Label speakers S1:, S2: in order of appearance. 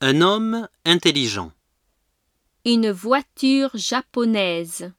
S1: Un homme intelligent.
S2: Une voiture japonaise.